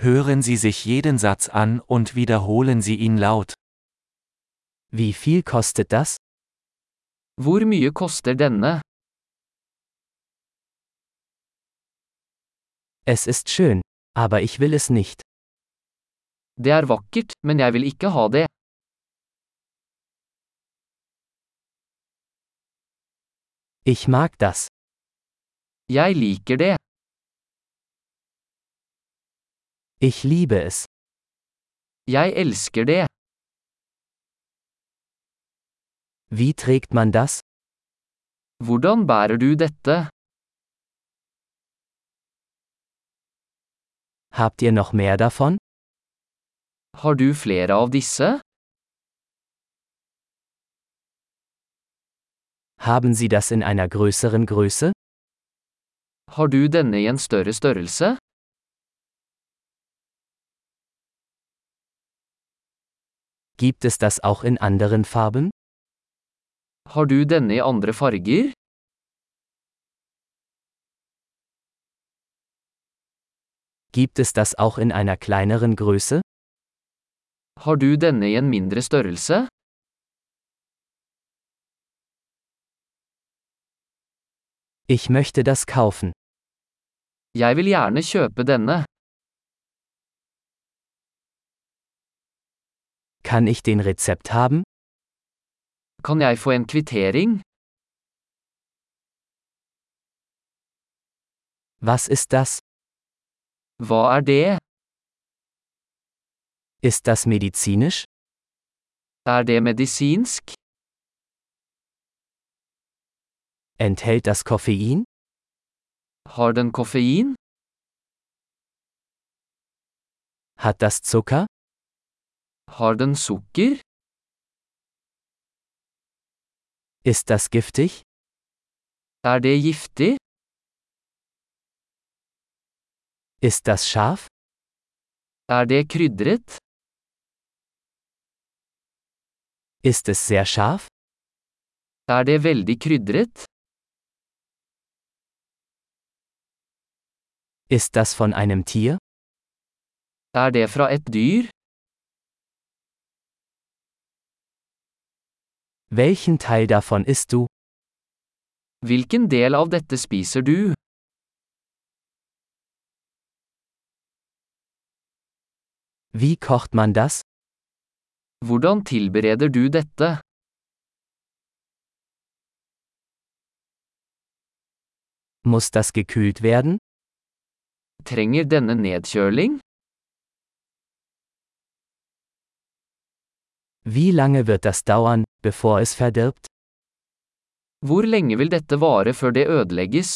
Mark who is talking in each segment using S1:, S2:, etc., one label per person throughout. S1: Hören Sie sich jeden Satz an und wiederholen Sie ihn laut. Wie viel kostet das?
S2: Hvor mye koster denne?
S1: Es ist schön, aber ich will es nicht.
S2: Det er vakkert, men jeg vil ikke ha det.
S1: Ich mag das.
S2: Jeg liker det.
S1: Ich liebe es.
S2: Jeg elsker det.
S1: Wie trägt man das?
S2: Hvordan bærer du dette?
S1: Habt ihr noch mehr davon?
S2: Har du flere av disse?
S1: Haben Sie das in einer größeren Größe?
S2: Har du denne i en større størrelse?
S1: Gibt es das auch in anderen Farben?
S2: Har du denne i andre farger?
S1: Gibt es das auch in einer kleineren Größe?
S2: Har du denne i en mindre størrelse?
S1: Ich möchte das kaufen.
S2: Jeg vil gjerne kjøpe denne.
S1: Kann ich den Rezept haben?
S2: Kan jeg få en kvittering?
S1: Was ist das?
S2: Hva er det?
S1: Ist das medizinisch?
S2: Er det medisinsk?
S1: Enthält das Koffein?
S2: Har den koffein?
S1: Hat das Zucker?
S2: Har den sukker?
S1: Ist das giftig?
S2: Er det giftig?
S1: Ist das scharf?
S2: Er det krydret?
S1: Ist es sehr scharf?
S2: Er det veldig krydret?
S1: Ist das von einem Tier?
S2: Er det fra et dyr?
S1: Welchen Teil davon isst du?
S2: Hvilken del av dette spiser du?
S1: Wie kocht man das?
S2: Hvordan tilbereder du dette?
S1: Muss das gekühlt werden?
S2: Trenger denne nedkjøling?
S1: Wie lange wird das dauern, bevor es verdirbt?
S2: Hvor lenge vil dette vare før det ødelegges?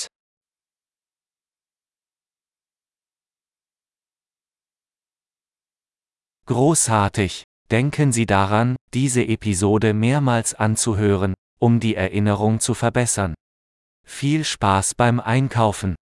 S1: Großartig! Denken Sie daran, diese Episode mehrmals anzuhören, um die Erinnerung zu verbessern. Viel Spaß beim Einkaufen!